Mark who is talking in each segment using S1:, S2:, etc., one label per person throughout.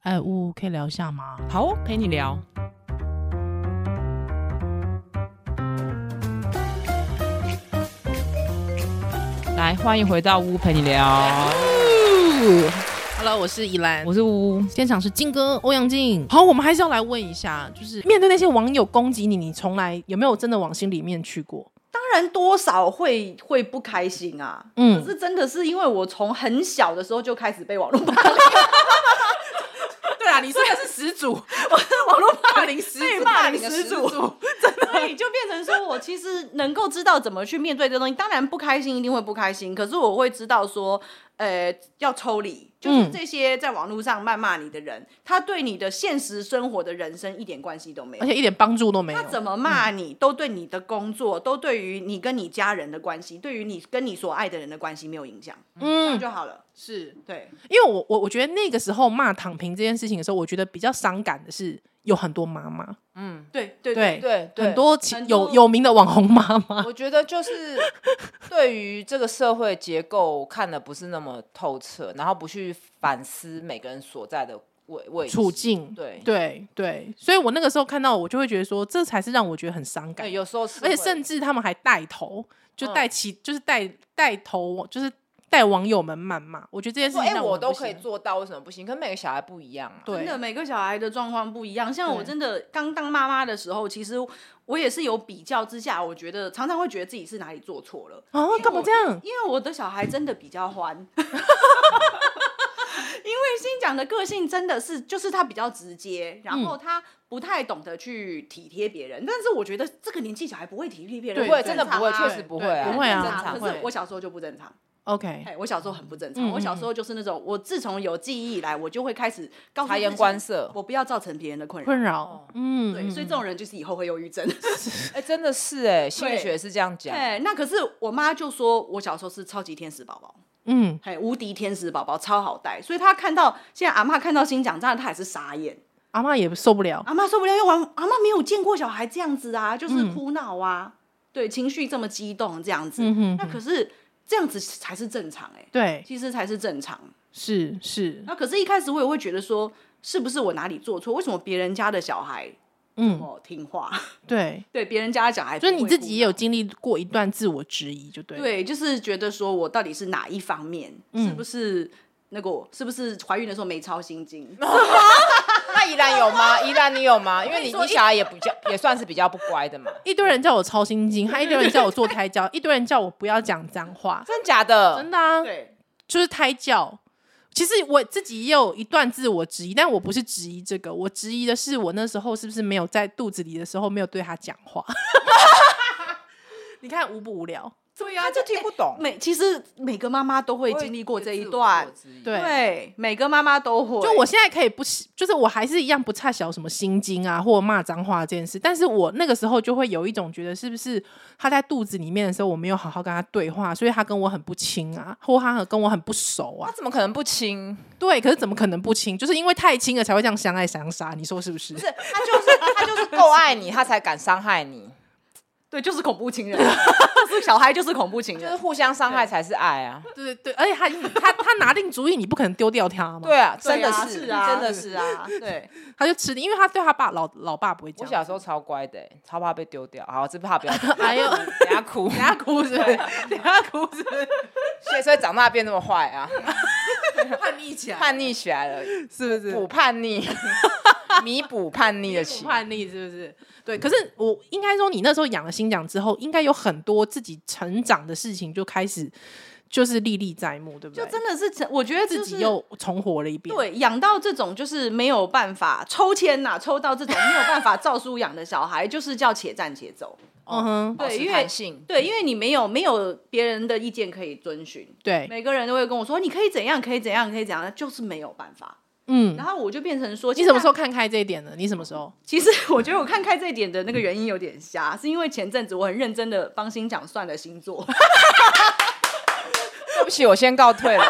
S1: 哎，呜，可以聊一下吗？
S2: 好哦，陪你聊。来，欢迎回到屋陪你聊，
S1: Hello，我是依兰，
S2: 我是屋。
S1: 现场是金哥欧阳靖。好，我们还是要来问一下，就是面对那些网友攻击你，你从来有没有真的往心里面去过？
S3: 当然多少会会不开心啊。可
S1: 嗯，
S3: 是真的是因为我从很小的时候就开始被网络霸凌，
S1: 对啊，你这个是始祖，
S3: 我是网络霸 凌
S1: 始祖
S3: 被霸凌始祖，所以就变成说我其实能够知道怎么去面对这东西。当然不开心一定会不开心，可是我会知道说，呃，要抽离，就是
S1: 嗯
S3: 这些在网络上谩骂你的人，他对你的现实生活的人生一点关系都没有
S1: 而。且一点帮助都没有
S3: 他。怎么骂你，都对你的工作，都对于你跟你家人的关系，对于你跟你所爱的人的关系没有影响，
S1: 嗯
S3: 那，就好了。
S1: 是
S3: 对，
S1: 因为我我我觉得那个时候骂躺平这件事情的时候，我觉得比较伤感的是有很多妈妈，
S2: 嗯，
S3: 对，对，
S1: 对
S4: 对对，
S1: 很多
S3: 很多
S1: 有有名的网红妈妈，
S4: 我觉得就是对于这个社会结构看的不是那么透彻，然后不去反思每个人所在的位位置
S1: 处，境，
S4: 对
S1: 对对，所以我那个时候看到，我就会觉得说，这才是让我觉得很伤感
S4: 对，，有时候是
S1: 而且
S4: 会
S1: 甚至他们还带头，就
S4: 嗯
S1: 带其、就是带带头，就是带网友们谩骂，我觉得这件事
S4: 说
S1: 情
S4: 哎、
S1: 让
S4: 我
S1: 很
S4: 都
S1: 不
S4: 可以
S1: 行，
S4: 做到，为什么不行？可每个小孩不一样啊。
S1: 对
S3: 真的，每个小孩的状况不一样。像我
S1: 对
S3: 真的刚当妈妈的时候，其实我也是有比较之下，我觉得常常会觉得自己是哪里做错了，
S1: 啊，干嘛这样？
S3: 因为我的小孩真的比较欢。 因为新讲的个性真的是，就是他比较直接，然后他不太懂得去体贴别人。但是我觉得这个年纪小孩不会体贴别人，
S1: 对
S4: 不会，
S3: 很
S4: 真的
S3: 正
S4: 不
S3: 常
S4: 会，
S3: 啊
S4: 确实不会
S1: 对
S4: 啊，
S1: 不会啊
S3: 很正
S4: 正常
S3: 常。可是
S1: 会
S3: 我小时候就不正常。
S1: OK，
S3: 哎，我小时候很不正
S1: 嗯
S3: 常。
S1: 嗯
S3: 我小时候就是那种，我自从有记忆以来，我就会开始告诉
S4: 察言
S3: 自己
S4: 观色。
S3: 我不要造成别人的困扰。
S1: 困
S4: 哦
S1: 扰，嗯，啊
S3: 对，所以这种人就是以后会忧郁症。
S4: 哎、真的是哎、心理学是这样讲。
S3: 对，那可是我妈就说我小时候是超级天使宝宝，
S1: 嗯，
S3: 嘿，无敌天使宝宝超好带，所以她看到现在阿妈看到新长大，她也是傻眼，
S1: 阿妈也受不
S4: 啊
S1: 了，
S3: 阿妈受不了，因为玩阿妈没有见过小孩这样子啊，就是哭闹啊，对，情绪这么激动这样子，
S1: 嗯哼
S3: 那可是这样子才是正常哎、
S1: 对，
S3: 其实才是正常。
S1: 是是，
S3: 那可是，一开始我也会觉得说，是不是我哪里做错？为什么别人家的小孩这
S1: 嗯，
S3: 么听话？
S1: 对，
S3: 对，别人家的小孩不
S1: 所
S3: 会
S1: 以
S3: 哭闹，
S1: 你自己也有经历过一段自我质疑，就对了，
S3: 对，就是觉得说我到底是哪一方面，
S1: 嗯
S3: 是不是那个我是不是怀孕的时候没抄心经？
S4: 那依然有吗？依然你有吗？因为你
S3: 我跟
S4: 你
S3: 你说
S4: 小孩也比较也算是比较不乖的嘛，
S1: 一堆人叫我抄心经，还一堆人叫我做胎 教，一堆人叫我不要讲脏话，
S4: 真假的？
S1: 真的啊，
S3: 对，
S1: 就是胎教。其实我自己也有一段自我质疑，但我不是质疑这个，我质疑的是我那时候是不是没有在肚子里的时候没有对他讲话。 你看无不无聊？
S3: 对
S4: 他啊就听不懂。
S3: 每其实每个妈妈都会经历过这一段，
S1: 对
S4: 对，
S3: 对，每个妈妈都会。
S1: 就我现在可以不喜，就是我还是一样不差小什么心经啊，或骂脏话这件事，但是我那个时候就会有一种觉得，是不是他在肚子里面的时候，我没有好好跟他对话，所以他跟我很不亲啊，或他很跟我很不熟
S4: 他
S1: 啊。
S4: 怎么可能不亲？
S1: 对，可是怎么可能不亲？就是因为太亲了才会这样相爱相杀，你说是不是？
S4: 不是，他就是他就是够爱你，他才敢伤害你，
S3: 对，就是恐怖情人， 是小孩就是恐怖情
S4: 就是
S3: 人。
S4: 互相伤害才是爱啊！
S1: 对对，而且他已经他他拿定主意，你不可能丢掉他嘛。，
S4: 对啊，真
S3: 对
S4: 的
S3: 啊
S4: 是，
S3: 啊，
S4: 真的是。
S3: 是啊，对，
S1: 他就吃定，因为他对他爸老老爸不会
S4: 我
S1: 讲。
S4: 小时候超乖的欸，超怕被丢掉，好，这怕不要 丢，
S1: 哎呦，
S4: 等下哭，
S1: 等下哭是不 是？等下哭是不是？
S4: 所以所以长大变那么坏 啊，
S1: 叛逆起来，
S4: 叛逆起来了，
S1: 是不是？
S4: 补叛 逆，弥补叛逆的
S1: 不
S4: 情，
S1: 叛逆是不是？对，可是我应该说，你那时候养了新奖之后，应该有很多自己成长的事情就开始就是历历在目，对不对？
S3: 就真的是成，我觉得
S1: 自
S3: 就
S1: 己
S3: 是
S1: 又重活了一遍。，
S3: 对，养到这种就是没有办法抽签呐、抽到这种没有办法照书养的小孩，就是叫且战且走。
S1: 嗯哼，
S4: 保持
S3: 对因为
S4: 弹性，
S3: 对，因为你没有没有别人的意见可以遵循，
S1: 对，
S3: 每个人都会跟我说你可以怎样，可以怎样，可以怎样，就是没有办法。
S1: 嗯。
S3: 然后我就变成说，
S1: 你什么时候
S3: 候？
S1: 看开这一点的？你什么时候？
S3: 其实我觉得我看开这一点的那个原因有点瞎，是因为前阵子我很认真的帮新讲算了星座，
S4: 对不起，我先 告退了，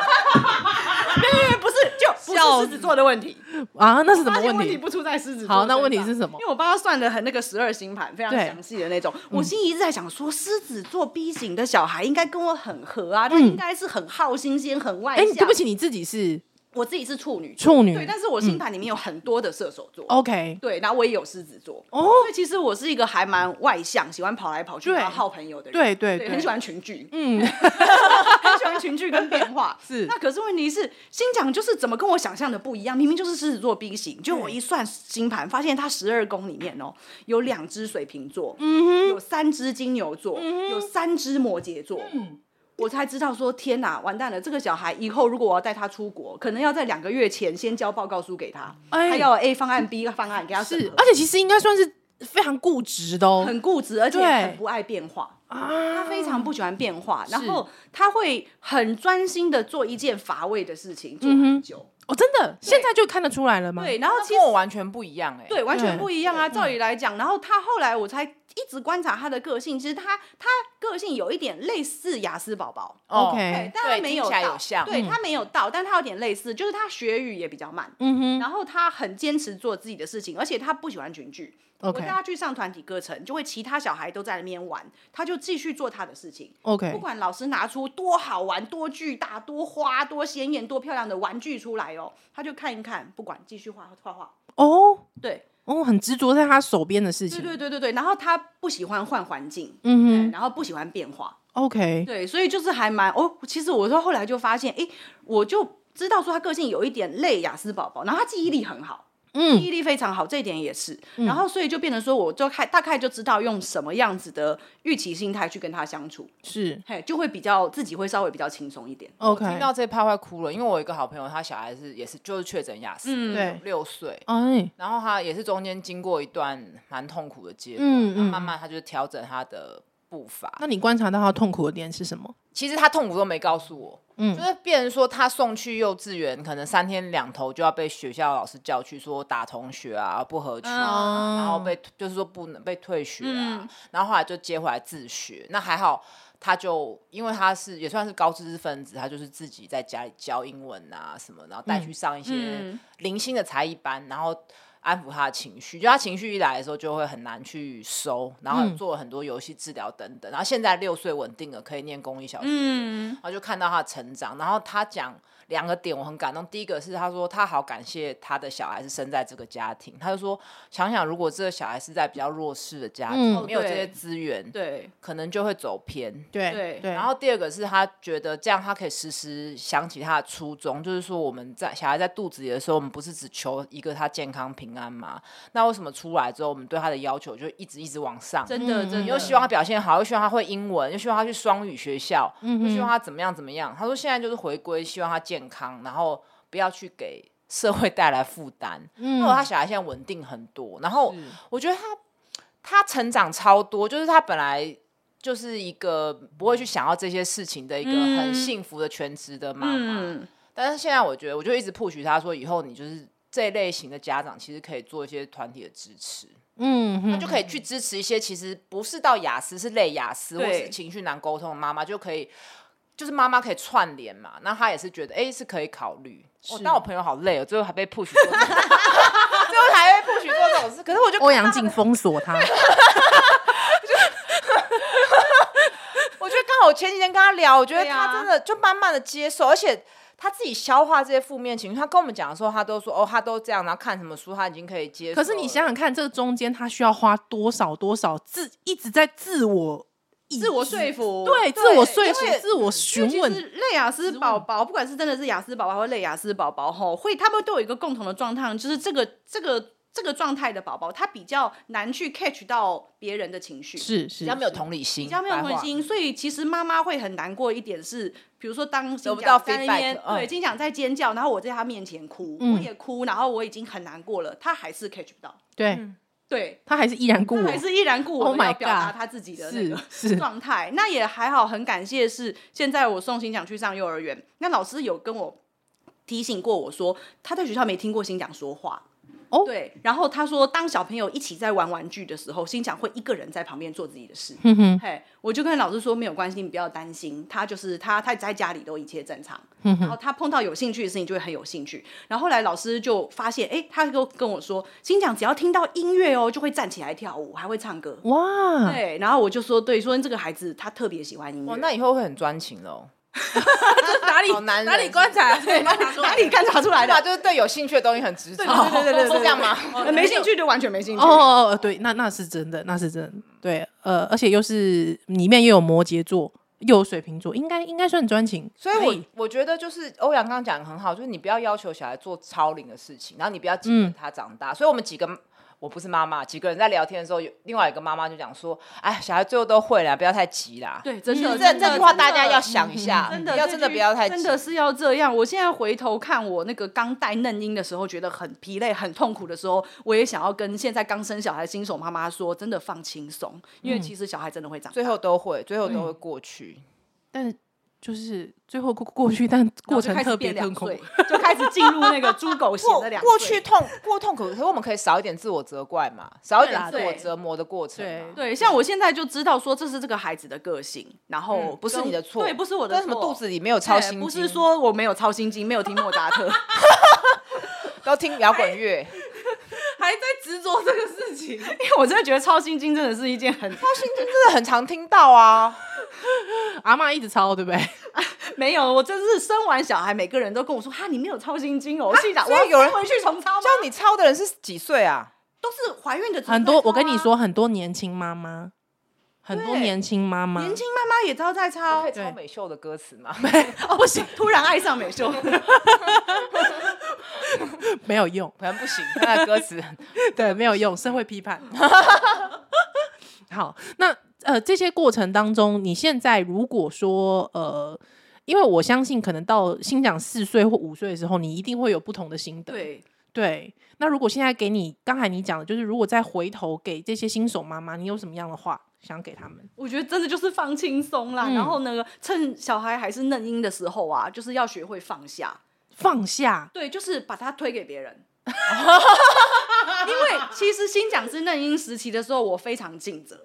S3: 不是就不是狮子座的问题，
S1: 啊，那是什么
S3: 发现
S1: 问
S3: 问题
S1: 题？
S3: 不出在狮子座身上。
S1: 好那问题是什么
S3: 因为我帮他算的很那个十二星盘，非常
S1: 对嗯
S3: 详细的那种。我心里一直在想说，狮子座 B 型的小孩应该跟我很合啊，他应该是很好新鲜、很外
S1: 嗯哎，
S3: 向。
S1: 你对不起，你自己是
S3: 我自己是处女座，
S1: 处女
S3: 对，但是我
S1: 嗯
S3: 星盘里面有很多的射手座。
S1: ，OK，
S3: 对，然后我也有狮子座，
S1: 哦
S3: 所以其实我是一个还蛮外向，喜欢跑来跑去，
S1: 对
S3: 然后好朋友的人，
S1: 对对
S3: 对，
S1: 对，
S3: 很喜欢群聚，
S1: 嗯，
S3: 很喜欢群聚跟变化。
S1: 是
S3: 那可是问题是，星讲就是怎么跟我想象的不一样？明明就是狮子座 B 型，就我一算星盘，发现它十二宫里面哦，有两只水瓶座，
S1: 嗯
S3: 有三只金牛座，有三只摩羯座。
S1: 嗯
S3: 我才知道说，天哪，完蛋了！这个小孩以后如果我要带他出国，可能要在两个月前先交报告书给他，
S1: 哎
S3: 他要有 A 方案、B 方案给他审
S1: 是，
S3: 核
S1: 而且其实应该算是非常固执的哦，
S3: 很固执，而且
S1: 对
S3: 很不爱变化。
S1: 啊
S3: 他非常不喜欢变化，然后他会很专心的做一件乏味的事情，做
S1: 嗯哼
S3: 很久。
S1: 哦，真的，现在就看得出来了吗？
S3: 对，然后
S4: 那
S3: 其
S4: 跟
S3: 实
S4: 我完全不一样哎、
S3: 对完全
S1: 对
S3: 不一样啊。照理来讲，然后他后来我才一直观察他的个性，其实他他个性有一点类似雅思宝宝。
S4: 哦
S3: 对，
S1: ，OK，
S3: 但他
S4: 对
S3: 没
S4: 听
S3: 有
S4: 起来
S3: 到，
S4: 有像
S3: 对他没有到，但他有点类似，就是他学语也比较慢，
S1: 嗯哼
S3: 然后他很坚持做自己的事情，而且他不喜欢群聚。我带
S1: ，OK
S3: 他去上团体课程，就会其他小孩都在那边玩，他就继续做他的事情。不
S1: OK，
S3: 管老师拿出多好玩、多巨大、多花、多鲜艳、多漂亮的玩具出来哦，他就看一看，不管，继续画画画。
S1: 哦
S3: 对，
S1: 哦，很执着在他手边的事
S3: 对
S1: 情，
S3: 对对对对。然后他不喜欢换环境，
S1: 嗯哼
S3: 然后不喜欢变化，
S1: ，OK，
S3: 对，所以就是还蛮哦。其实我说后来就发现，哎，我就知道说他个性有一点类雅思宝宝，然后他记忆力很好。记
S1: 嗯
S3: 忆力非常好，这一点也是。然后所以就变成说，我就看大概就知道用什么样子的预期心态去跟他相处，
S1: 是
S3: 嘿，就会比较自己会稍微比较轻松一点。
S1: OK，
S4: 听到这趴会哭了，因为我有一个好朋友，他小孩是也是就是确诊雅思，
S3: 嗯
S1: 对，
S4: 六岁，
S1: 哎，
S4: 然后他也是中间经过一段蛮痛苦的阶段，
S1: 嗯
S4: 然后慢
S1: 嗯，
S4: 慢他就调整他的步伐。
S1: 那你观察到他痛苦的点是什么？
S4: 其实他痛苦都没告诉我，
S1: 嗯
S4: 就是变成说他送去幼稚园，可能三天两头就要被学校老师叫去说打同学啊，不合群啊，
S1: 嗯
S4: 然后被就是说不能被退学啊，
S3: 嗯
S4: 然后后来就接回来自学。那还好，他就因为他是也算是高知识分子，他就是自己在家里教英文啊什么，然后带去上一些
S3: 嗯
S4: 零星的才艺班，然后。安抚他的情绪，就他情绪一来的时候，就会很难去收，然后
S1: 嗯
S4: 做了很多游戏治疗等等。然后现在六岁稳定了，可以念公益小学，
S3: 嗯
S4: 然后就看到他的成长。然后他讲两个点，我很感动。第一个是他说他好感谢他的小孩是生在这个家庭，他就说想想如果这个小孩是在比较弱势的家庭，
S1: 嗯
S4: 没有这些
S3: 对
S4: 资源，
S3: 对，
S4: 可能就会走偏。
S1: 对
S3: 对
S1: 对，
S4: 然后第二个是他觉得这样，他可以时时想起他的初衷，就是说我们在小孩在肚子里的时候，我们不是只求一个他健康平安吗？那为什么出来之后，我们对他的要求就一直一直往上？
S3: 真
S1: 嗯
S3: 的真的，
S4: 你又希望他表现好，又希望他会英文，又希望他去双语学校，
S3: 嗯
S4: 又希望他怎么样怎么样。他说现在就是回归，希望他健康，然后不要去给社会带来负担。嗯，因为他小孩现在稳定很多，然后我觉得他他成长超多，就是他本来。就是一个不会去想要这些事情的一个很
S3: 嗯
S4: 幸福的全职的妈妈，
S3: 嗯
S4: 但是现在我觉得，我就一直 push 他说，以后你就是这一类型的家长，其实可以做一些团体的支持。
S1: 嗯
S4: 那
S1: 哼，
S4: 就可以去支持一些其实不是到雅思，是类雅思或
S3: 对
S4: 是情绪难沟通的妈妈就可以，就是妈妈可以串联嘛。那她也是觉得，哎、是可以考虑。哦，但我朋友好累哦，最后还被 push 做这种， 最后还被 push 做这种事。可是我就
S1: 欧阳靖封锁 他，
S4: 我觉得刚好我前几天跟他聊，我觉得
S3: 对啊
S4: 他真的就慢慢的接受，而且他自己消化这些负面情绪。他跟我们讲的时候，他都说哦，他都这样，然后看什么书，他已经可以接受
S1: 可
S4: 了。
S1: 是你想想看，这中间他需要花多少多少自一直在自我抑
S3: 自我
S1: 制
S3: 说服，
S1: 对自我说
S4: 因为
S1: 服、自我询
S3: 因为其
S1: 问，
S3: 实类雅思宝宝，不管是真的是雅思宝宝或类雅思宝宝，吼，会他们都有一个共同的状态，就是这个这个这个状态的宝宝，他比较难去 catch 到别人的情绪，
S1: 是是
S4: 比较没有
S1: 是
S4: 同理心，
S3: 比较没有
S4: 白
S3: 同
S4: 话
S3: 心，所以其实妈妈会很难过一点是，比如说当
S4: 得
S3: 金
S4: 不到
S3: 奖在那
S4: feedback，
S3: 边，
S4: 嗯
S3: 对金奖在尖叫，然后我在他面前哭，
S1: 嗯
S3: 我也哭，然后我已经很难过了，他还是 catch 不到，
S1: 对
S3: 对，
S1: 他还是依然故
S3: 嗯
S1: 我
S3: 他还，是依然顾我
S1: Oh
S3: 们
S1: my
S3: 要表达
S1: God
S3: 他自己的那
S1: 是
S3: 个
S1: 是
S3: 状态。那也还好，很感谢是现在我送新奖去上幼儿园，那老师有跟我提醒过我说，他在学校没听过新奖说话。
S1: 哦
S3: 对，然后他说，当小朋友一起在玩玩具的时候，新奖会一个人在旁边做自己的事。
S1: 哼哼，
S3: 嘿，我就跟老师说没有关系，你不要担心，他就是他，他在家里都一切正常。
S1: 嗯
S3: 然后他碰到有兴趣的事情就会很有兴趣。然后后来老师就发现，哎、他就跟我说，新讲只要听到音乐哦，就会站起来跳舞，还会唱歌。
S1: 哇，
S3: 对，然后我就说，对，说这个孩子他特别喜欢音乐。
S4: 哇，那以后会很专情喽。哦
S1: 哪里
S4: 好男人
S1: 哪里棺材啊？对，拿出
S3: 哪
S1: 来
S3: 里观察出来
S4: 对吧？
S3: 的？
S4: 就是对有兴趣的东西很执着，
S3: 对对对对对对
S4: 是这样吗？
S3: 呃没兴趣就完全没兴趣。
S1: 哦哦哦，对，那那是真的，那是真的。对，呃，而且又是里面又有摩羯座，又有水瓶座，应该应该算专情。哎
S4: 所以
S1: 可
S4: 我，
S3: 哎
S4: 我觉得就是欧阳刚刚讲的很好，就是你不要要求小孩做超龄的事情，然后你不要急
S3: 嗯
S4: 着他长大。所以，我们几个我不是妈妈，几个人在聊天的时候，有另外一个妈妈就讲说：“哎，小孩最后都会啦，不要太急啦。”
S3: 对，真
S4: 这
S3: 的，真的
S4: 这句话大
S3: 真
S4: 家
S3: 的嗯
S4: 要想一下，
S3: 真的
S4: 要
S3: 这
S4: 真的
S3: 句
S4: 不要太急
S3: 真。的是要这样。我现在回头看我那个刚带嫩婴的时候，觉得很疲累、很痛苦的时候，我也想要跟现在刚生小孩的新手妈妈说，真的放轻松，因为其实小孩真的会长大。
S4: 最后都会，最后都
S3: 嗯
S4: 会过去。
S1: 但是就是最后过过去，但
S3: 然后
S1: 过
S3: 就
S1: 程
S3: 开始
S1: 特别
S3: 变
S1: 痛
S3: 两
S1: 苦。
S3: 岁，就开始进入那个猪狗型
S4: 过
S3: 的两岁
S4: 过去痛过痛苦，可是我们可以少一点自我责怪嘛，少一
S1: 对
S4: 点
S1: 啦
S4: 自我
S3: 对
S4: 折磨的过程嘛。
S3: 对，像我现在就知道说这是这个孩子的个性，然后
S4: 嗯不是
S3: 跟
S4: 你的错
S3: 对，不是我的
S4: 但
S3: 错，
S4: 什么肚子里没有超
S3: 对
S4: 心
S3: 不
S4: 经
S3: 是说我没有操心经，没有听莫扎 特，
S4: 都听摇滚
S3: 哎
S4: 乐，
S1: 还在执着这个事情，
S3: 因为我真的觉得操心经真的是一件
S4: 真
S3: 很
S4: 的很常听到啊。
S1: 阿嬷一直抄， 对不对？
S3: 没有，我真是生完小孩，每个人都跟我说哈，你没有操心经哦，我心想，
S4: 所以
S3: 我要
S4: 有人
S3: 回去重操吗？
S4: 像你抄的人是几岁啊？
S3: 都是怀孕的族在
S1: 很多，
S3: 抄啊
S1: 我跟你，说，很多年轻妈妈，很多
S3: 对
S1: 年轻妈妈，
S3: 年轻妈妈也都在
S4: 他
S3: 抄
S4: 可以，抄
S1: 对
S4: 美秀的歌词 吗？
S3: 哦不行，突然爱上美 秀，
S1: 没有用，
S4: 可能不行，他的歌词很
S1: 对，没有用，社会批判。 好，那呃，这些过程当中，你现在如果说呃，因为我相信，可能到新长四岁或五岁的时候，你一定会有不同的心得。
S3: 对，
S1: 对那如果现在给你刚才你讲的，就是如果再回头给这些新手妈妈，你有什么样的话想给他们？
S3: 我觉得真的就是放轻松啦，
S1: 嗯
S3: 然后呢，趁小孩还是嫩婴的时候啊，就是要学会放下，
S1: 放下，
S3: 对，就是把它推给别人。 因为其实新讲师嫩婴时期的时候，我非常尽责，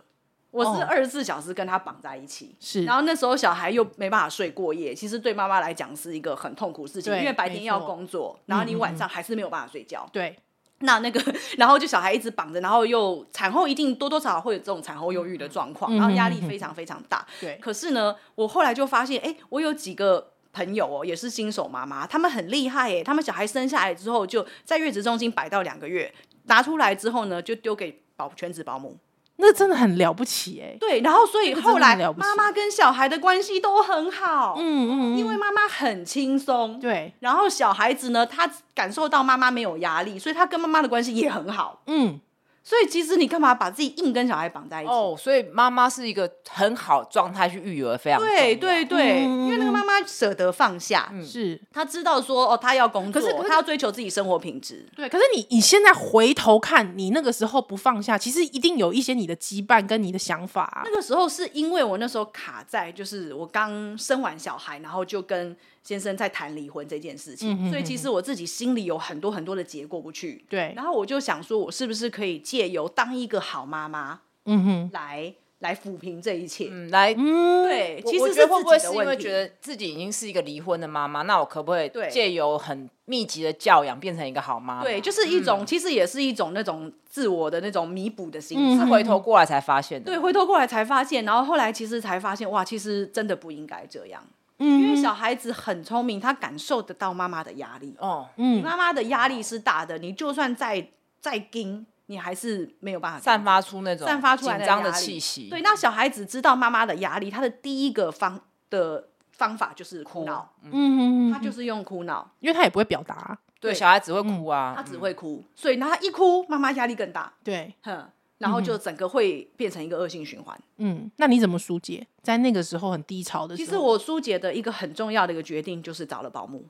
S3: 我是
S1: 哦
S3: 二十四小时跟他绑在一起。
S1: 是
S3: 然后那时候小孩又没办法睡过夜，其实对妈妈来讲是一个很痛苦的事情，
S1: 对
S3: 因为白天要工作，然后你
S1: 嗯嗯
S3: 晚上还是没有办法睡觉。
S1: 对，
S3: 那那个，然后就小孩一直绑着，然后又产后一定多多少少会有这种产后忧郁的状
S1: 嗯
S3: 况，然后压力非常非常大。
S1: 对
S3: 可是呢，我后来就发现，哎，我有几个。朋友哦，也是新手妈妈，他们很厉害耶。他们小孩生下来之后，就在月子中心摆到两个月，拿出来之后呢，就丢给保全职保姆。
S1: 那真的很了不起哎、
S3: 对，然后所以
S1: 这个
S3: 后来
S1: 真的很了不起
S3: 妈妈跟小孩的关系都很好，
S1: 嗯嗯，
S3: 因为妈妈很轻松。
S1: 对，
S3: 然后小孩子呢，他感受到妈妈没有压力，所以他跟妈妈的关系也很好。
S1: 嗯，
S3: 所以其实你干嘛把自己硬跟小孩绑在一起？
S4: 哦，所以妈妈是一个很好状态去育儿，非常
S3: 对
S4: 重要
S3: 对对，
S1: 嗯
S3: 因为那个妈妈舍得放下，
S1: 是。
S3: 她知道说哦，她要工作，
S1: 可是可是
S3: 她要追求自己生活品质。
S1: 对，可是你你现在回头看，你那个时候不放下，其实一定有一些你的羁绊跟你的想法、啊
S3: 那。个时候是因为我那时候卡在，就是我刚生完小孩，然后就跟先生在谈离婚这件事
S4: 嗯
S3: 情，所以其实我自己心里有很多很多的结过不去。
S1: 对，
S3: 然后我就想说，我是不是可以借由当一个好妈妈
S1: 嗯哼，
S3: 来来抚平这一切？
S4: 嗯，来，
S3: 对，
S4: 我
S3: 其
S4: 我
S3: 实
S4: 觉
S3: 是
S4: 得会不会
S3: 自己
S4: 是
S3: 的
S4: 因为
S3: 问题
S4: 觉得自己已经是一个离婚的妈妈，那我可不可以
S3: 对
S4: 借由很密集的教养变成一个好妈妈？
S3: 对，就是一
S4: 嗯
S3: 种、其实也是一种那种自我的那种弥补的心
S1: 嗯
S3: 态。
S4: 是回头过来才发现的。
S3: 对，，回头过来才发现，然后后来其实才发现，哇，其实真的不应该这样，因为
S1: 嗯
S3: 小孩子很聪明，他感受得到妈妈的压力。
S4: 哦，
S1: 嗯，
S3: 妈妈的压力是大的，你就算再再盯，你还是没有办法
S4: 散
S3: 控
S4: 发出那种
S3: 散发出
S4: 紧
S3: 来
S4: 张
S3: 的
S4: 的
S3: 压力
S4: 气息。
S3: 对，那小孩子知道妈妈的压力，他的第一个方的方法就是哭闹，
S1: 嗯
S3: 他就是用哭闹，
S1: 因为他也不会表达，啊
S4: 对，
S3: 对
S4: 小孩子会哭啊，
S3: 他只
S4: 嗯
S3: 会哭，所以那他一哭，妈妈压力更大，
S1: 对，
S3: 哼，然后就整个会变成一个恶性循环。
S1: 嗯，那你怎么疏解？在那个时候很低潮的时
S3: 其
S1: 候，
S3: 实我疏解的一个很重要的一个决定就是找了保 姆。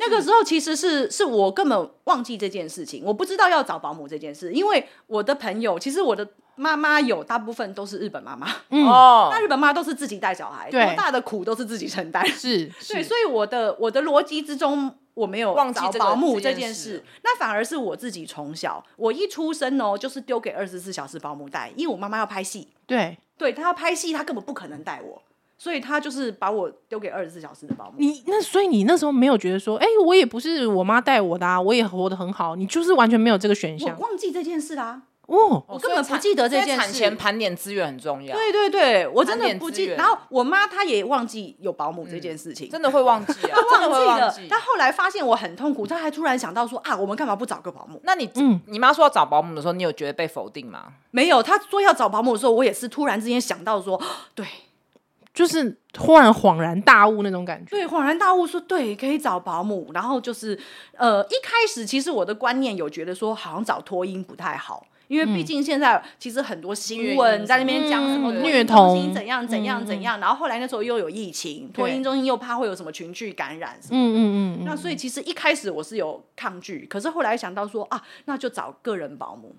S3: 那个时候其实是是我根本忘记这件事情，我不知道要找保姆这件事，因为我的朋友，其实我的妈妈有大部分都是日本妈妈，
S4: 哦
S3: 那，日本妈妈都是自己带小孩，
S1: 对
S3: 多大的苦都是自己承 担。
S1: 是
S3: 对，
S1: 是
S3: 所以我的我的逻辑之中，我没有
S4: 忘记
S3: 找
S4: 这个
S3: 保姆
S4: 这
S3: 这
S4: 件
S3: 件
S4: 事
S3: 事，那反而是我自己从小，我一出生哦，就是丢给二十四小时保姆带，因为我妈妈要拍戏，
S1: 对，
S3: 对她要拍戏，她根本不可能带我，所以她就是把我丢给二十四小时的保姆。
S1: 你那所以你那时候没有觉得说，哎、我也不是我妈带我的、啊，我也活得很好，你就是完全没有这个选
S3: 我
S1: 项。
S3: 忘记这件事啦、
S1: 哦，
S3: 我根本不记得这
S4: 所
S3: 件
S4: 以产前
S3: 事。
S4: 盘点资源很重要，
S3: 对对对，我真
S4: 盘
S3: 的
S4: 点
S3: 不
S4: 资
S3: 记。
S4: 源嗯
S3: 然后我妈她也忘记有保姆这件事情，
S4: 真的会忘记啊，真的会
S3: 忘
S4: 忘
S3: 记了
S4: 记。。
S3: 她后来发现我很痛苦，她还突然想到说啊，我们干嘛不找个保姆？
S4: 那你
S3: 嗯
S4: 你妈说要找保姆的时候，你有觉得被否定吗？
S3: 没有，她说要找保姆的时候，我也是突然之间想到说，对
S1: 就是忽然恍然大悟那种感觉。
S3: 对，恍然大悟说对，可以找保姆。然后就是呃，一开始其实我的观念有觉得说，好像找托婴不太好。因为毕竟现在其实很多新
S4: 虐
S3: 闻
S4: 婴
S3: 在那边讲什么
S1: 嗯
S3: 托婴
S1: 虐
S3: 中心
S1: 童嗯
S3: 怎样怎样怎样，然后后来那时候又有疫情，托婴中心又怕会有什么群聚感染什么的
S1: 嗯嗯嗯嗯，
S3: 那所以其实一开始我是有抗拒，可是后来想到说啊，那就找个人保姆。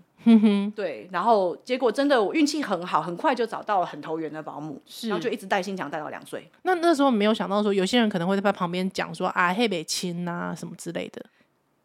S3: 对，然后结果真的我运气很好，很快就找到了很投缘的保姆，
S1: 是
S3: 然后就一直带新强带到两岁。
S1: 那那时候没有想到说，有些人可能会在旁边讲说啊，黑北亲啊什么之类的，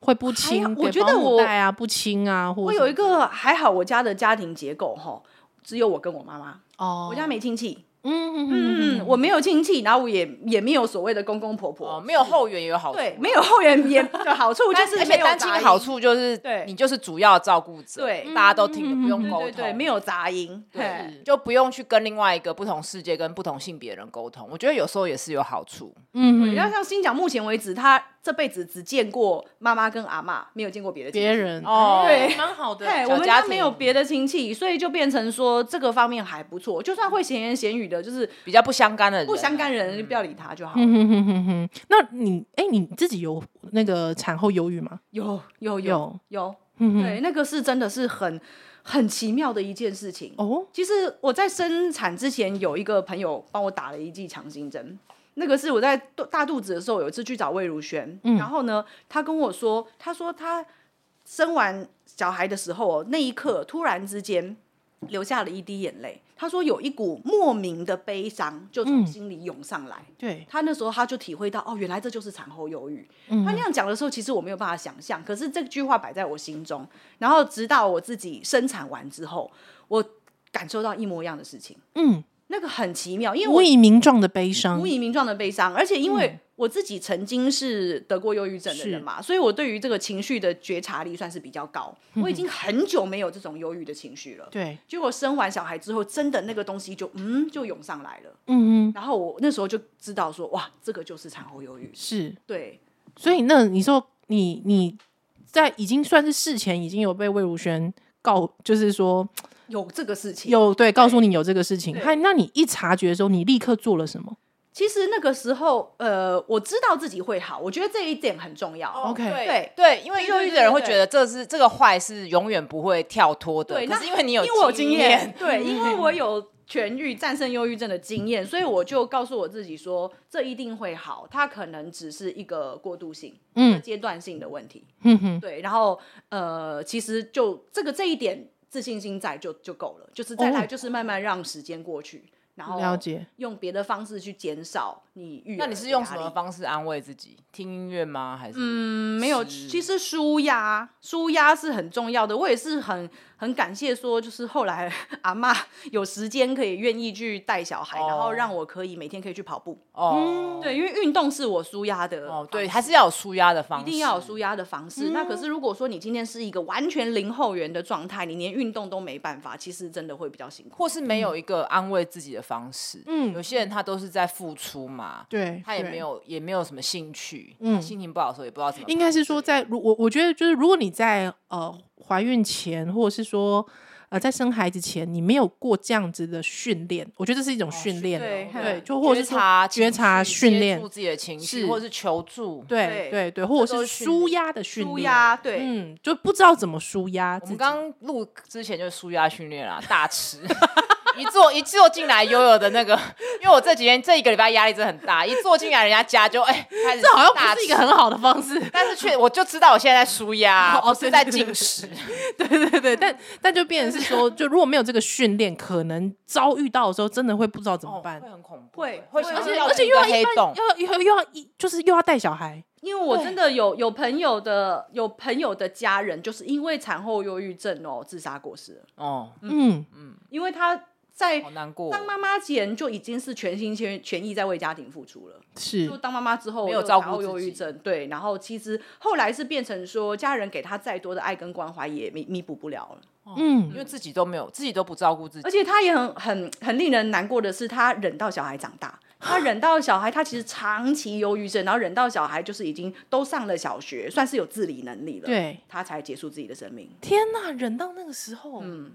S1: 会不
S3: 还
S1: 亲，
S3: 好我
S1: 给
S3: 觉
S1: 保
S3: 得
S1: 姆
S3: 我
S1: 带啊不亲啊，或
S3: 我
S1: 者
S3: 有一个还好，我家的家庭结构哈，只有我跟我妈妈，
S1: 哦，
S3: 我家没亲戚，
S1: 嗯嗯嗯嗯，
S3: 嗯，我没有亲戚，然后我也也没有所谓的公公婆婆，
S4: 哦，没有后援也有好处，哎
S3: 对，没有后援也的好处就
S4: 但
S3: 是
S4: 而
S3: 没
S4: 且
S3: 有
S4: 单
S3: 杂
S4: 亲
S3: 音
S4: 的好处就是，
S3: 对
S4: 你就是主要照顾者，
S3: 对嗯
S4: 大家都听得不用
S3: 对
S4: 沟
S3: 对对，
S4: 通，
S3: 没有杂音，
S4: 对
S3: 对，
S4: 就不用去跟另外一个不同世界、跟不同性别的人沟通。我觉得有时候也是有好处，
S1: 嗯嗯
S3: 要像新讲，目前为止，他这辈子只见过妈妈跟阿嬷，没有见过别的亲戚
S1: 别。人
S4: 哦
S1: 对，蛮好的
S3: 对，
S4: 小
S3: 我们
S4: 家
S3: 家
S4: 庭
S3: 没有别的亲戚，所以就变成说这个方面还不错。就算会闲言闲语的，就是
S4: 比较不相干的人，
S3: 不相干人，不要理他就好。
S1: 嗯哼哼哼哼，那你哎、你自己有那个产后忧郁吗？
S3: 有有有
S1: 有
S3: 有，
S1: 嗯哼，
S3: 对，那个是真的是很很奇妙的一件事情。
S1: 哦，
S3: 其实我在生产之前，有一个朋友帮我打了一剂强心针。那个是我在肚大肚子的时候，有一次去找魏如萱，
S1: 嗯
S3: 然后呢，她跟我说，她说她生完小孩的时候哦，那一刻突然之间流下了一滴眼泪。她说有一股莫名的悲伤就
S1: 嗯
S3: 从心里涌上来。
S1: 对，
S3: 她那时候她就体会到，哦，原来这就是产后忧郁。
S1: 嗯
S3: 她那样讲的时候，其实我没有办法想象，可是这句话摆在我心中，然后直到我自己生产完之后，我感受到一模一样的事情，
S1: 嗯，
S3: 那个很奇妙，因为
S1: 无
S3: 我
S1: 以嗯名状的悲伤
S3: 无，以名状的悲伤，而且因为我自己曾经是得过忧郁症的人嘛，所以我对于这个情绪的觉察力算是比较高，
S1: 嗯
S3: 我已经很久没有这种忧郁的情绪了。
S1: 对，
S3: 结果生完小孩之后，真的那个东西就嗯就涌上来了，
S1: 嗯哼，
S3: 然后我那时候就知道说，哇，这个就是产后忧郁。
S1: 是，
S3: 对，
S1: 所以那你说你你在已经算是事前已经有被魏如萱告，就是说
S3: 有这个事情，
S1: 有对告诉你有这个事情，
S3: 对
S1: 还那你一察觉的时候，你立刻做了什么？
S3: 其实那个时候，呃，我知道自己会好，我觉得这一点很重要。
S4: 哦
S1: OK
S4: 对对，因为
S3: 对对
S4: 忧郁
S3: 对
S4: 的人会
S3: 对
S4: 觉得这是这个坏是永远不会跳脱的，
S3: 对，
S4: 可
S3: 那
S4: 是因为你有
S3: 因为我有
S4: 经
S3: 经验，， 对，因为我有痊愈、战胜忧郁症的经验，所以我就告诉我自己说，这一定会好，它可能只是一个过渡性、嗯
S1: 嗯
S3: 阶段性的问题。
S1: 哼哼，
S3: 对，然后呃，其实就这个这一点自信心在就就够了，就是再
S1: 哦
S3: 来就是慢慢让时间过去，然后
S1: 了解，
S3: 用别的方式去减少你育儿
S4: 那你是用什
S3: 的压
S4: 么
S3: 力
S4: 方式安慰自己？听音乐吗？还是嗯，
S3: 嗯，没有，
S4: 是
S3: 其实舒压，舒压是很重要的。我也是很很感谢说，就是后来 阿嬷有时间可以愿意去带小孩，
S4: 哦
S3: 然后让我可以每天可以去跑步。
S4: 哦
S3: 对，因为运动是我舒压的
S4: 哦，
S3: 嗯方
S4: 对，嗯
S3: 式
S4: 还是要有舒压的方式，
S3: 一定要有舒压的方式。那可是如果说你今天是一个完全零后援的状态，你连运动都没办法，其实真的会比较辛苦。
S4: 或是没有一个安慰自己的方式。
S1: 嗯
S4: 有些人他都是在付出嘛，
S1: 对，
S4: 他也
S1: 对
S4: 没。有也没有什么兴趣，
S1: 嗯
S4: 嗯，心情不好的时候也不知道怎么办。
S1: 应该是说在，如我我觉得就是，如果你在呃怀孕前，或者是说呃在生孩子前，你没有过这样子的训练，我觉得这是一种训练哦、
S3: 对
S1: 对，
S3: 对
S1: 就或者
S4: 觉
S1: 是说
S4: 察情
S1: 觉察
S4: 绪
S1: 训
S4: 接
S1: 练
S4: 触，自己的情绪，
S1: 是
S4: 或者是求助。
S1: 对
S3: 对
S1: 对对，或者
S4: 都
S1: 是
S4: 是训练
S1: 舒压的训练，
S3: 舒压，对，
S1: 嗯，就不知道怎么舒压
S4: 我
S1: 自己。
S4: 们刚录之前就是舒压训练啦，大吃。 一坐一坐进来，悠悠的那个，因为我这几天这一个礼拜压力真的很大，一坐进来人家家就哎、开始
S1: 这好像
S4: 大
S1: 不是一
S4: 吃
S1: 个很好的方 式，
S4: 但是却我就知道我现在在舒压，
S1: 哦哦
S4: 不
S1: 对
S4: 是在
S1: 对对对
S4: 进食。哦
S1: 对对对， 但但就变成是说，就如果没有这个训练，可能遭遇到的时候，真的会不知道怎么办。
S4: 哦会很恐怖，
S3: 会
S4: 会
S3: 会
S4: 想
S1: 而且
S4: 要
S1: 而且
S4: 进
S1: 又
S4: 一
S1: 要
S4: 个黑
S1: 一般
S4: 洞，
S1: 又要又要一就是又要带小孩，
S3: 因为我
S1: 对
S3: 真的有有朋友的有朋友的家人，就是因为产后忧郁症哦，自杀过世了。
S4: 哦，
S1: 嗯，
S3: 因为他在
S4: 好难过，
S3: 当妈妈前就已经是全心全全意在为家庭付出了。
S1: 是
S3: 就当妈妈之后
S4: 没有
S3: 又
S4: 照
S3: 打
S4: 顾
S3: 到
S4: 自
S3: 忧郁
S4: 己
S3: 症，对，然后其实后来是变成说家人给她再多的爱跟关怀也弥弥补不了了。
S1: 嗯
S4: 因为自己都没有，自己都不照顾自己
S3: 而，且他也很很很令人难过的是，他忍到小孩长 大，他忍到小孩，他其实长期忧郁症，然后忍到小孩就是已经都上了小学，算是有自理能力了，，
S1: 对，
S3: 他才结束自己的生命。
S1: 天哪，忍到那个时候，
S3: 嗯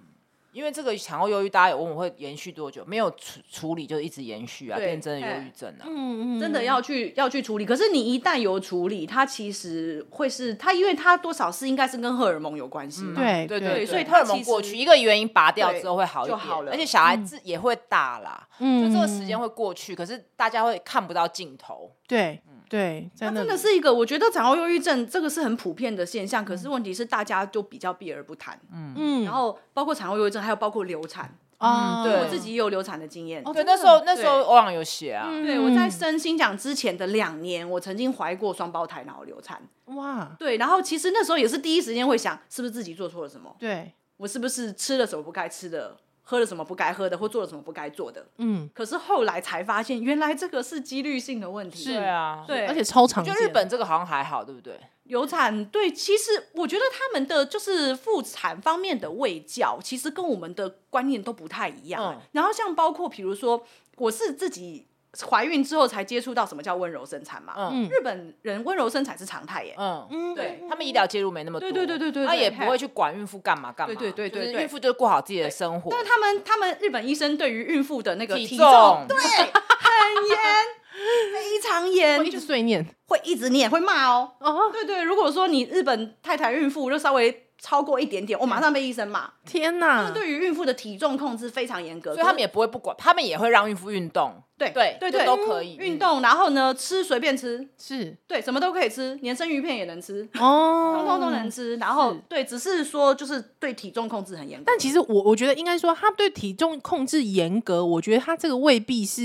S4: 因为这个产后忧郁，大家有问我会延续多久，没有处处理就一直延续啊，
S3: 对
S4: 变真的忧
S3: 嘿
S4: 郁症啊。
S1: 嗯嗯，
S3: 真的要去要去处理，可是你一旦有处理，它其实会是它，因为它多少是应该是跟荷尔蒙有关系嘛。
S1: 对
S4: 对
S1: 对
S4: 对，
S3: 所以
S4: 荷
S3: 它
S4: 尔蒙
S3: 其
S4: 过
S3: 实
S4: 去一个原因拔掉
S3: 对
S4: 之后会好一
S3: 就
S4: 点，
S3: 好了嗯
S4: 而且小孩子也会大啦，就这个
S1: 嗯
S4: 时间会过去，可是大家会看不到尽头。
S1: 对对，在
S3: 它
S1: 那
S3: 真的
S1: 里
S3: 是一个，我觉得产后忧郁症这个是很普遍的现象，可是问题是大家就比较避而不谈。
S1: 嗯
S3: 然后包括产后忧郁症，还有包括流产，
S1: 啊，
S4: 对哦
S3: 我自己也有流产的经验。
S4: 对，那时候那时候
S3: 对嗯
S4: 欧阳有写啊，
S3: 对，
S1: 嗯
S3: 我在生新奖之前的两年，我曾经怀过双胞胎，然后流产。
S1: 哇，
S3: 对，然后其实那时候也是第一时间会想，是不是自己做错了什么？
S1: 对，
S3: 我是不是吃了什么不该吃的，喝了什么不该喝的，或做了什么不该做的？
S1: 嗯，
S3: 可是后来才发现，原来这个是几率性的问题。
S4: 对啊，
S3: 对，
S1: 而且超长
S4: 就
S1: 见，
S4: 日本这个好像还好，对不对？
S3: 流产对，其实我觉得他们的就是妇产方面的卫教，其实跟我们的观念都不太一样。
S4: 嗯
S3: 然后像包括比如说，我是自己怀孕之后才接触到什么叫温柔生产嘛，
S4: 嗯
S3: 日本人温柔生产是常态耶。
S4: 嗯，
S1: 嗯，
S3: 对
S4: 他们医疗介入没那么多，
S3: 对对对对对对
S4: 他也不
S3: 嘿
S4: 会去管孕妇干嘛干嘛，
S3: 对对对对
S4: 就是
S3: 对
S4: 孕妇就过好自己的生活，
S3: 但他们他们日本医生对于孕妇的那个
S4: 体
S3: 体
S4: 重
S3: 对很严，非常严
S1: 我，嗯一直碎念
S3: 会一直念会骂 哦。
S1: 哦，
S3: 对对，如果说你日本太太孕妇就稍微超过一点点，我、马上被医生骂。
S1: 天哪，
S3: 对于孕妇的体重控制非常严格，
S4: 嗯所以他们也不会不管，他们也会让孕妇运动，
S3: 对
S4: 对
S3: 对
S4: 就
S3: 对嗯
S4: 都可以
S3: 运。动，然后呢吃随便吃，
S1: 是
S3: 对，什么都可以吃，连生鱼片也能吃，
S1: 哦，
S3: 通通都能吃。然后对，只嗯是说就是对体重控制很严格。
S1: 但其实我我觉得应该说，他对体重控制严格，我觉得他这个未必是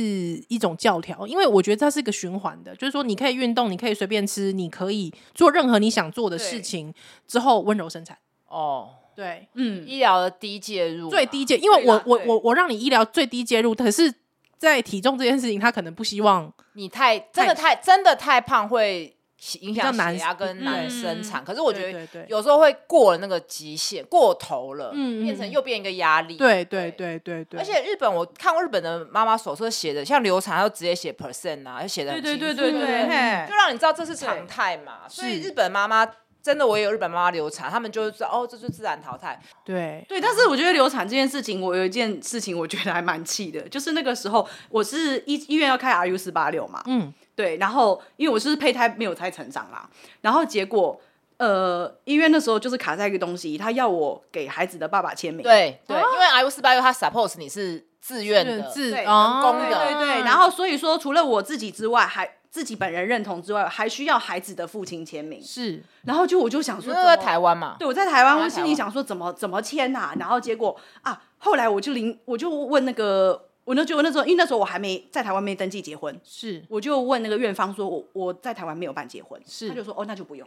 S1: 一种教条，因为我觉得它是一个循环的，就是说你可以运动，你可以随便吃，你可以做任何你想做的事
S3: 对
S1: 情，之后温柔生产。
S4: 哦，
S1: 对，
S3: 嗯，
S4: 医疗的低介入嘛啊
S1: 最低介，因为
S3: 对
S1: 我
S3: 啦
S1: 我
S3: 对
S1: 我我让你医疗最低介入，可是，在体重这件事情，他可能不希望
S4: 你太真的太真的太胖会影
S1: 比
S4: 响
S1: 较难嗯
S4: 血压跟难生产，可是我觉
S1: 对
S4: 得
S1: 对对
S4: 有时候会过了那个极限，过头了，
S1: 嗯嗯
S4: 变成又变一个压力。
S1: 对对对对对，
S4: 而且日本我看过日本的妈妈手册写的，像流产，她就直接写 percent 啊，就写的
S3: 对
S4: 很
S3: 对
S4: 清楚，
S3: 对对对，
S1: 嗯
S3: 嘿
S4: 就让你知道这是常态嘛。所以
S1: 是
S4: 日本妈妈真的，我也有日本妈妈流产，他们就是说哦，这就自然淘汰。
S1: 对
S3: 对，但是我觉得流产这件事情，我有一件事情我觉得还蛮气的， 就是那个时候我是医医院要开 RU 四八六嘛，
S1: 嗯
S3: 嗯，对，然后因为我是胚胎没有胎成长啦，然后结果呃医院那时候就是卡在一个东西，他要我给孩子的爸爸签名，
S4: 对对，因为 I U 四八六它 suppose 你是自愿的，
S1: 哦自
S3: 对
S1: 哦
S4: 人工
S3: 对
S4: 的
S3: 对对，然后所以说除了我自己之外，还自己本人认同之外，还需要孩子的父亲签名，
S1: 是
S3: 然后就我就想说，
S4: 那个
S1: 哦
S3: 怎么
S4: 台湾嘛，
S3: 对，我在台湾，
S4: 在
S3: 我心
S4: 台
S3: 里
S4: 湾
S3: 想说怎么怎么签呐、然后结果啊，后来我就临我就问那个，我那就那时候，因为那时候我还没在台湾没登记结婚，
S1: 是
S3: 我就问那个院方说，我我在台湾没有办结婚，
S1: 是
S3: 他就说哦，那就不用。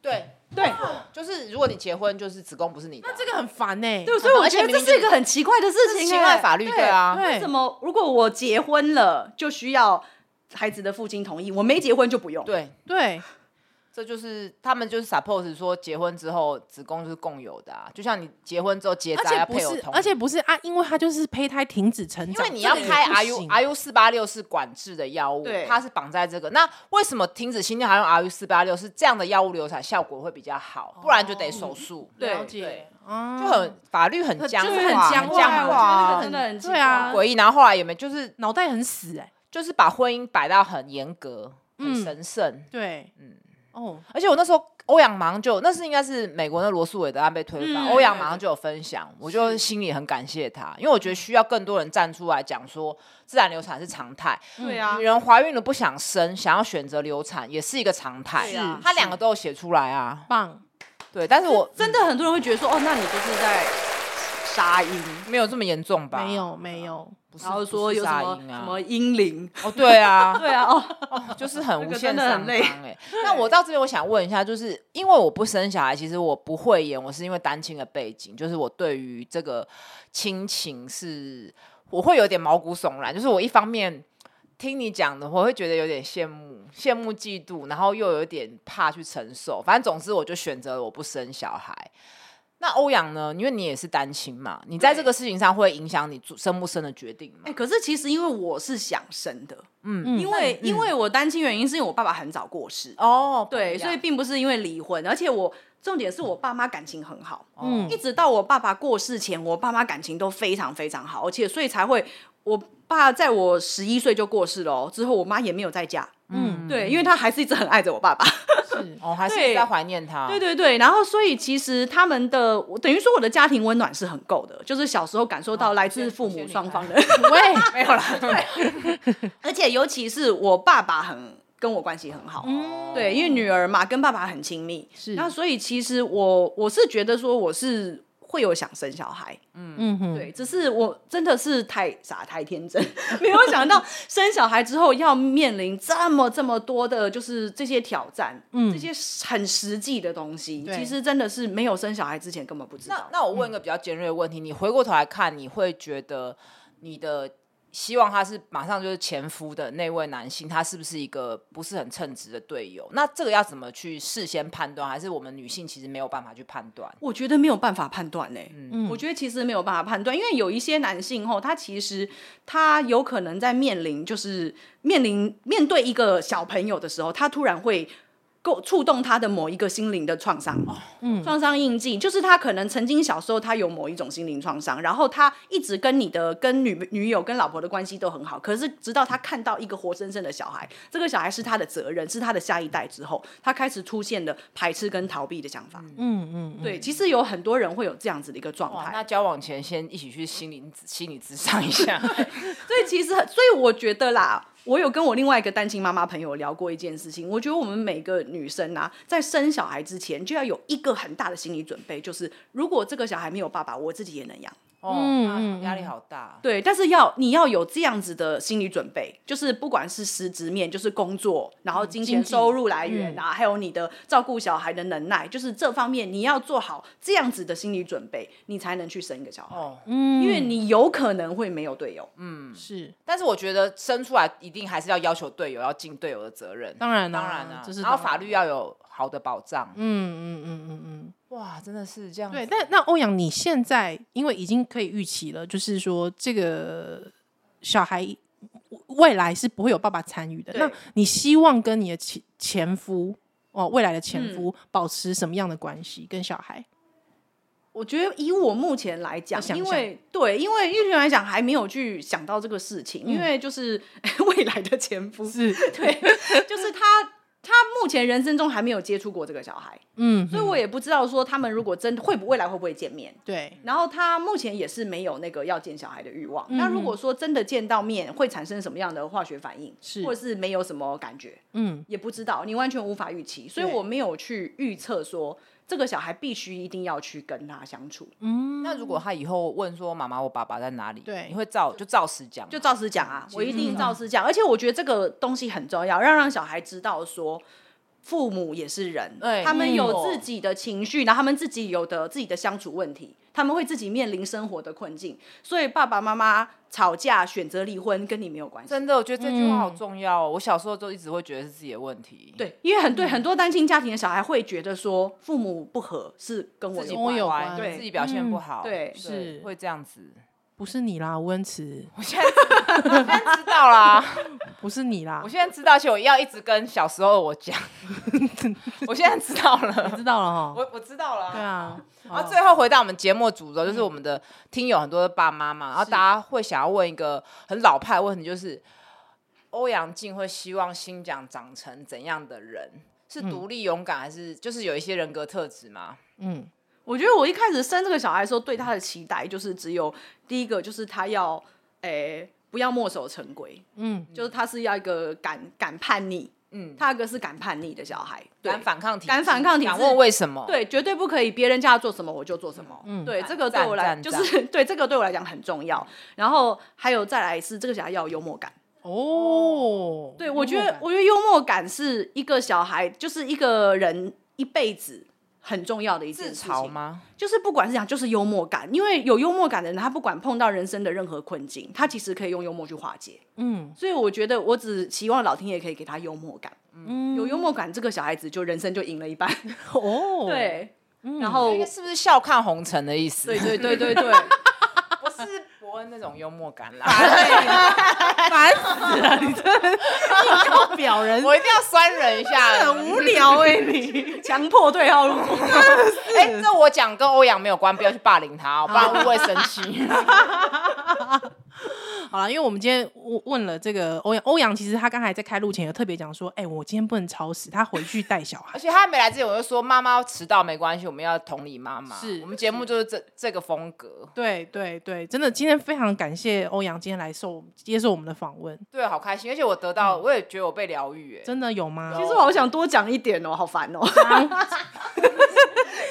S4: 对
S3: 对
S4: 就是如果你结婚，就是子宫不是你的啊，
S1: 这个很烦呢，
S3: 对，所以我
S4: 而
S3: 觉
S4: 且
S3: 得
S4: 明
S3: 这
S4: 明
S3: 是一
S4: 就
S3: 个很奇怪的事
S4: 是
S3: 情、
S4: 侵
S3: 欸
S4: 害法律
S3: 对
S4: 对啊
S3: 为
S1: 哎对
S3: 什么如果我结婚了就需要孩子的父亲同意，我没结婚就不用？
S4: 对，
S1: 对
S4: 这就是他们就是 suppose 说结婚之后子宫就是共有的啊，就像你结婚之后结
S1: 而
S4: 扎
S1: 且
S4: 要
S1: 不
S4: 配偶
S1: 是，
S4: 同意，
S1: 而且不是啊，因为它就是胚胎停止成
S4: 因
S1: 长，
S4: 为你要
S1: 这个也
S4: 开
S1: 不
S4: RU
S1: 行
S4: RU 四八六是管制的药物
S3: 对，
S4: 它是绑在这个。那为什么停止心跳还用 RU 四八六是这样的药物流产效果会比较好？不然就得手术。
S3: 对
S1: 哦了解
S4: 对，
S1: 哦
S4: 就很法律很僵化，
S1: 就是很僵
S4: 很
S1: 化我
S4: 僵
S1: 觉得
S4: 化
S3: 那
S4: 啊
S3: 个真的很奇
S1: 对啊
S3: 怪
S4: 诡异。然后后来也没就是
S1: 脑袋很死哎、
S4: 就是把婚姻摆到很严格、很
S3: 嗯
S4: 神圣。
S1: 对，嗯，哦，
S4: 而且我那时候欧阳马上就，那是应该是美国那罗素韦德案被推翻，
S3: 嗯
S4: 欧阳马上就有分享，我就心里很感谢他，因为我觉得需要更多人站出来讲说，自然流产是常态，
S3: 对啊
S4: 女，人怀孕了不想生，想要选择流产也是一个常态
S3: 是啊，
S4: 他两个都有写出来啊，
S1: 棒，
S4: 对，但是我
S3: 真的很多人会觉得说，哦，那你就是在杀婴，
S4: 没有这么严重吧？
S1: 没，有没有，
S4: 不是
S3: 然后说
S4: 不是
S3: 有什
S4: 杀
S3: 么、
S4: 婴
S3: 什
S4: 啊？
S3: 么婴灵，
S4: 哦，对 啊，
S3: 对啊，哦，
S4: 就是很无
S3: 个
S4: 限
S3: 真的
S4: 上纲
S3: 很累
S4: 哎、那我到这边，我想问一下，就是因为我不生小孩，其实我不会演，我是因为单亲的背景，就是我对于这个亲情是我会有点毛骨悚然，就是我一方面。听你讲的，我会觉得有点羡慕、羡慕、嫉妒，然后又有点怕去承受。反正总之，我就选择了我不生小孩。那欧阳呢？因为你也是单亲嘛，你在这个事情上会影响你做生不生的决定吗？
S3: 哎、可是其实因为我是想生的，
S4: 嗯，
S3: 因为、因为我单亲原因是因为我爸爸很早过世，
S4: 哦，不
S3: 对，
S4: 一
S3: 所
S4: 样
S3: 以并不是因为离婚，而且我重点是我爸妈感情很好，
S1: 嗯
S3: 一直到我爸爸过世前，我爸妈感情都非常非常好，而且所以才会我爸在我十一岁就过世了、哦，之后我妈也没有再嫁，
S1: 嗯
S3: 对，因为她还是一直很爱着我爸爸，
S1: 是
S4: 哦，还是
S3: 对
S4: 在怀念他。
S3: 对对对，然后所以其实他们的我等于说我的家庭温暖是很够的，就是小时候感受到来自父母双方的，
S4: 喂，没 有啦。
S3: 而且尤其是我爸爸很跟我关系很好，对，因为女儿嘛跟爸爸很亲密，
S1: 是
S3: 那所以其实我我是觉得说我是会有想生小孩，
S1: 嗯哼，
S3: 对，只是我真的是太傻太天真， 没有想到生小孩之后要面临这么这么多的，就是这些挑战，
S1: 嗯
S3: 这些很实际的东西，
S1: 对
S3: 其实真的是没有生小孩之前根本不知
S4: 那
S3: 道。
S4: 那我问一个比较尖锐的问题，你回过头来看，你会觉得你的希望他是马上就是前夫的那位男性，他是不是一个不是很称职的队友？那这个要怎么去事先判断？还是我们女性其实没有办法去判断？
S3: 我觉得没有办法判断嘞、
S1: 嗯
S3: 我觉得其实没有办法判断，因为有一些男性吼，他其实他有可能在面临就是面临面对一个小朋友的时候，他突然会够触动他的某一个心灵的创伤，嗯，创伤印记，就是他可能曾经小时候他有某一种心灵创伤，然后他一直跟你的跟女女友跟老婆的关系都很好，可是直到他看到一个活生生的小孩，这个小孩是他的责任，是他的下一代之后，他开始出现了排斥跟逃避的想法。
S1: 嗯嗯，
S3: 对，其实有很多人会有这样子的一个状
S4: 哇，
S3: 态
S4: 那。交往前先一起去心灵心理咨商一 下。
S3: 所以其实，所以我觉得啦，我有跟我另外一个单亲妈妈朋友聊过一件事情。我觉得我们每个女生啊，在生小孩之前就要有一个很大的心理准备，就是如果这个小孩没有爸爸，我自己也能养。
S4: 哦，
S1: 嗯嗯
S4: 那压力好大。啊
S3: 对，但是要你要有这样子的心理准备，就是不管是实质面，就是工作，然后金钱
S1: 嗯经济嗯
S3: 收入来源啊，还有你的照顾小孩的能耐，就是这方面你要做好这样子的心理准备，你才能去生一个小孩，
S4: 哦，
S1: 嗯，
S3: 因为你有可能会没有队友。
S1: 是
S4: 但是我觉得生出来一定还是要要求队友要尽队友的责任。
S1: 当然啦
S4: 当然啊
S1: 这是
S4: 然后
S1: 当然
S4: 法律要有好的保障。
S1: 嗯嗯嗯嗯嗯，
S4: 哇，真的是这样子。
S1: 对。但那欧阳，你现在因为已经可以预期了，就是说这个小孩未来是不会有爸爸参与的。
S3: 对
S1: 那你希望跟你的前前夫哦，未来的前夫、保持什么样的关系？跟小孩？
S3: 我觉得以我目前来讲，
S1: 想
S3: 因
S1: 象
S3: 为对，因为目前来讲还没有去想到这个事情，因为就是 未来的前夫，
S1: 嗯是
S3: 就是他，他目前人生中还没有接触过这个小孩，
S1: 嗯，
S3: 所以我也不知道说他们如果真的会不未来会不会见面。
S1: 对，
S3: 然后他目前也是没有那个要见小孩的欲望。
S1: 嗯
S3: 那如果说真的见到面，会产生什么样的化学反应，
S1: 是
S3: 或者是没有什么感觉，
S1: 嗯，
S3: 也不知道，你完全无法预期，所以
S1: 对
S3: 我没有去预测说这个小孩必须一定要去跟他相处。
S4: 那如果他以后问说妈妈，我爸爸在哪里？
S1: 对
S4: 你会照就照实讲吗，
S3: 就照实讲啊，我一定照实讲。而且我觉得这个东西很重要，要让小孩知道说。父母也是人，
S4: 对
S3: 他们有
S4: 嗯
S3: 自己的情绪，然后他们自己有的自己的相处问题，他们会自己面临生活的困境，所以爸爸妈妈吵架、选择离婚跟你没有关系。
S4: 真的，我觉得这句话好重要、哦。我小时候就一直会觉得是自己的问题，，
S3: 对，因为很对、很多单亲家庭的小孩会觉得说父母不和是跟我
S4: 自己
S3: 有
S1: 我
S3: 关，
S1: 有
S4: 乖
S1: 关
S3: 对
S4: 自己表现不好，
S3: 对
S1: 是
S4: 会这样子。
S1: 不是你啦，吴恩慈，
S4: 我现在知我现在知道啦，
S1: 不是你啦
S4: 我，现在知道，而且我要一直跟小时候的我讲， 我现在知道
S1: 我
S4: 了，
S1: 知道了哈。
S4: 我我知道了，
S1: 对。啊，
S4: 然
S3: 嗯
S4: 后最后回到我们节目的主轴，就是我们的听友很多的爸妈嘛，然后大家会想要问一个很老派的问题，就是欧阳靖会希望新讲长成怎样的人？是
S3: 嗯
S4: 独立勇敢，还是就是有一些人格特质吗？
S1: 嗯，
S3: 我觉得我一开始生这个小孩的时候，对他的期待就是只有第一个就是他要，诶、不要墨守成规，
S1: 嗯
S3: 嗯，就是他是要一个敢敢叛逆，
S4: 嗯，
S3: 他二哥是敢叛逆的小孩，对
S4: 敢反抗体制，
S3: 敢反抗体制
S4: 敢问为什么？，
S3: 对，绝对不可以别人叫他做什么我就做什么。嗯，对，这个对我来
S4: 赞
S3: 就
S4: 赞
S3: 是 对这个对我来讲很重要。然后还有再来是这个小孩要有幽默感。
S1: 哦，
S3: 对，我觉
S1: 幽默
S3: 得
S1: 感
S3: 我觉得幽默感是一个小孩，就是一个人一辈子很重要的一件
S4: 自
S3: 事情。
S4: 嘲？吗？
S3: 就是不管是讲，就是幽默感，因为有幽默感的人，他不管碰到人生的任何困境，他其实可以用幽默去化解。
S1: 嗯
S3: 所以我觉得，我只期望老天爷可以给他幽默感。
S1: 嗯
S3: 有幽默感，这个小孩子就人生就赢了 一半。
S1: 哦，，
S3: 对，然
S4: 哦
S3: 后，
S4: 是不是笑看红尘的意思？
S3: 对对对对 对。
S4: 不是伯恩那种幽默感 啦，
S1: 烦死了，你真的表人
S4: 我一定要酸人一下，很
S3: 无。聊哎、你强迫对号入座。
S4: 哎、这我讲跟欧阳没有关，不要去霸凌 他、哦，不然误会生气。
S1: 好了，因为我们今天问问了这个欧阳，欧阳其实他刚才在开录前有特别讲说，哎、我今天不能超时，他回去带小
S4: 而
S1: 孩。
S4: 且他还没来之前，我就说妈妈迟到没关系，我们要同理妈妈。
S1: 是
S4: 我们节目就是这这个风格。
S1: 对对对，真的，今天非常感谢欧阳今天来受接受我们的访问，
S4: 对，好开心，而且我得到，我也觉得我被疗愈。哎，
S1: 嗯真的有吗？
S3: 其实我好想多讲一点哦，好烦哦。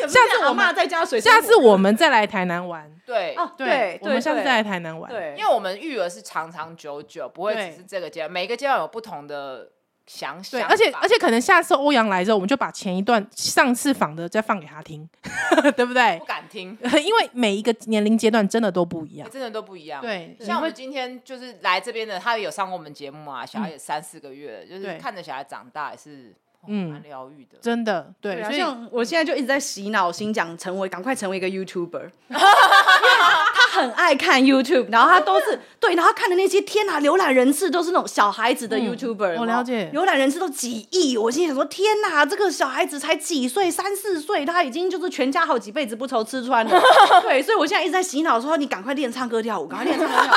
S3: 下
S1: 下次我们
S3: 妈再加水生
S1: 下
S3: 活，
S1: 次我们再来台南玩，
S4: 对，
S3: 哦，对
S1: 对，，我们下次
S3: 对
S1: 再来台南玩，，
S3: 对，
S4: 因为我们育儿是长长久久，不会
S1: 对
S4: 只是这个阶段，每个阶段有不同的想
S1: 对，
S4: 想法。
S1: 而且而且可能下次欧阳来之后，我们就把前一段上次访的再放给他听， 对不对
S4: 不？敢听，
S1: 因为每一个年龄阶段真的都不一样
S4: 哎，真的都不一样。。
S1: 对，
S4: 像我们今天就是来这边的，他有上过我们节目啊，小孩也三四个月了，就是
S1: 嗯对
S4: 看着小孩长大也是哦
S1: 嗯
S4: 蛮疗愈的。
S1: 真的对，
S3: 对啊，
S1: 所以
S3: 像我现在就一直在洗脑新讲，成为赶快成为一个 YouTuber，因为他很爱看 YouTube，然后他都是 对，然后他看的那些天哪，浏览人次都是那种小孩子的 YouTuber，、
S1: 我了解
S3: 浏览人次都几亿，我心里想说天哪，这个小孩子才几岁，三四岁，他已经就是全家好几辈子不愁吃穿 了，对，所以我现在一直在洗脑说你赶快练唱歌跳舞，赶快练唱歌跳舞。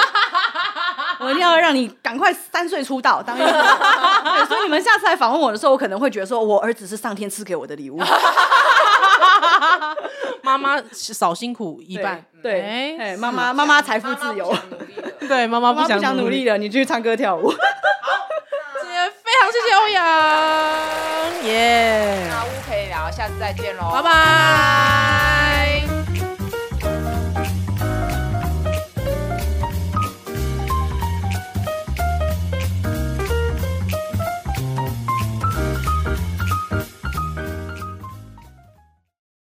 S3: 我一定要让你赶快三岁出道当 YouTuber 对所以你们下次来访问我的时候，我可能会觉得说，我儿子是上天赐给我的 礼物。
S1: 妈妈少辛苦一
S3: 对
S1: 半，
S3: 对，
S1: 哎
S3: 哎，妈妈妈妈财富自由
S4: 妈，妈不想努力 了
S1: 对，妈妈
S3: 妈妈不想努力。了，你去唱歌跳舞。
S1: 今天非常谢谢欧阳，耶、
S4: 那乌陪聊，下次再见喽，
S1: 拜拜。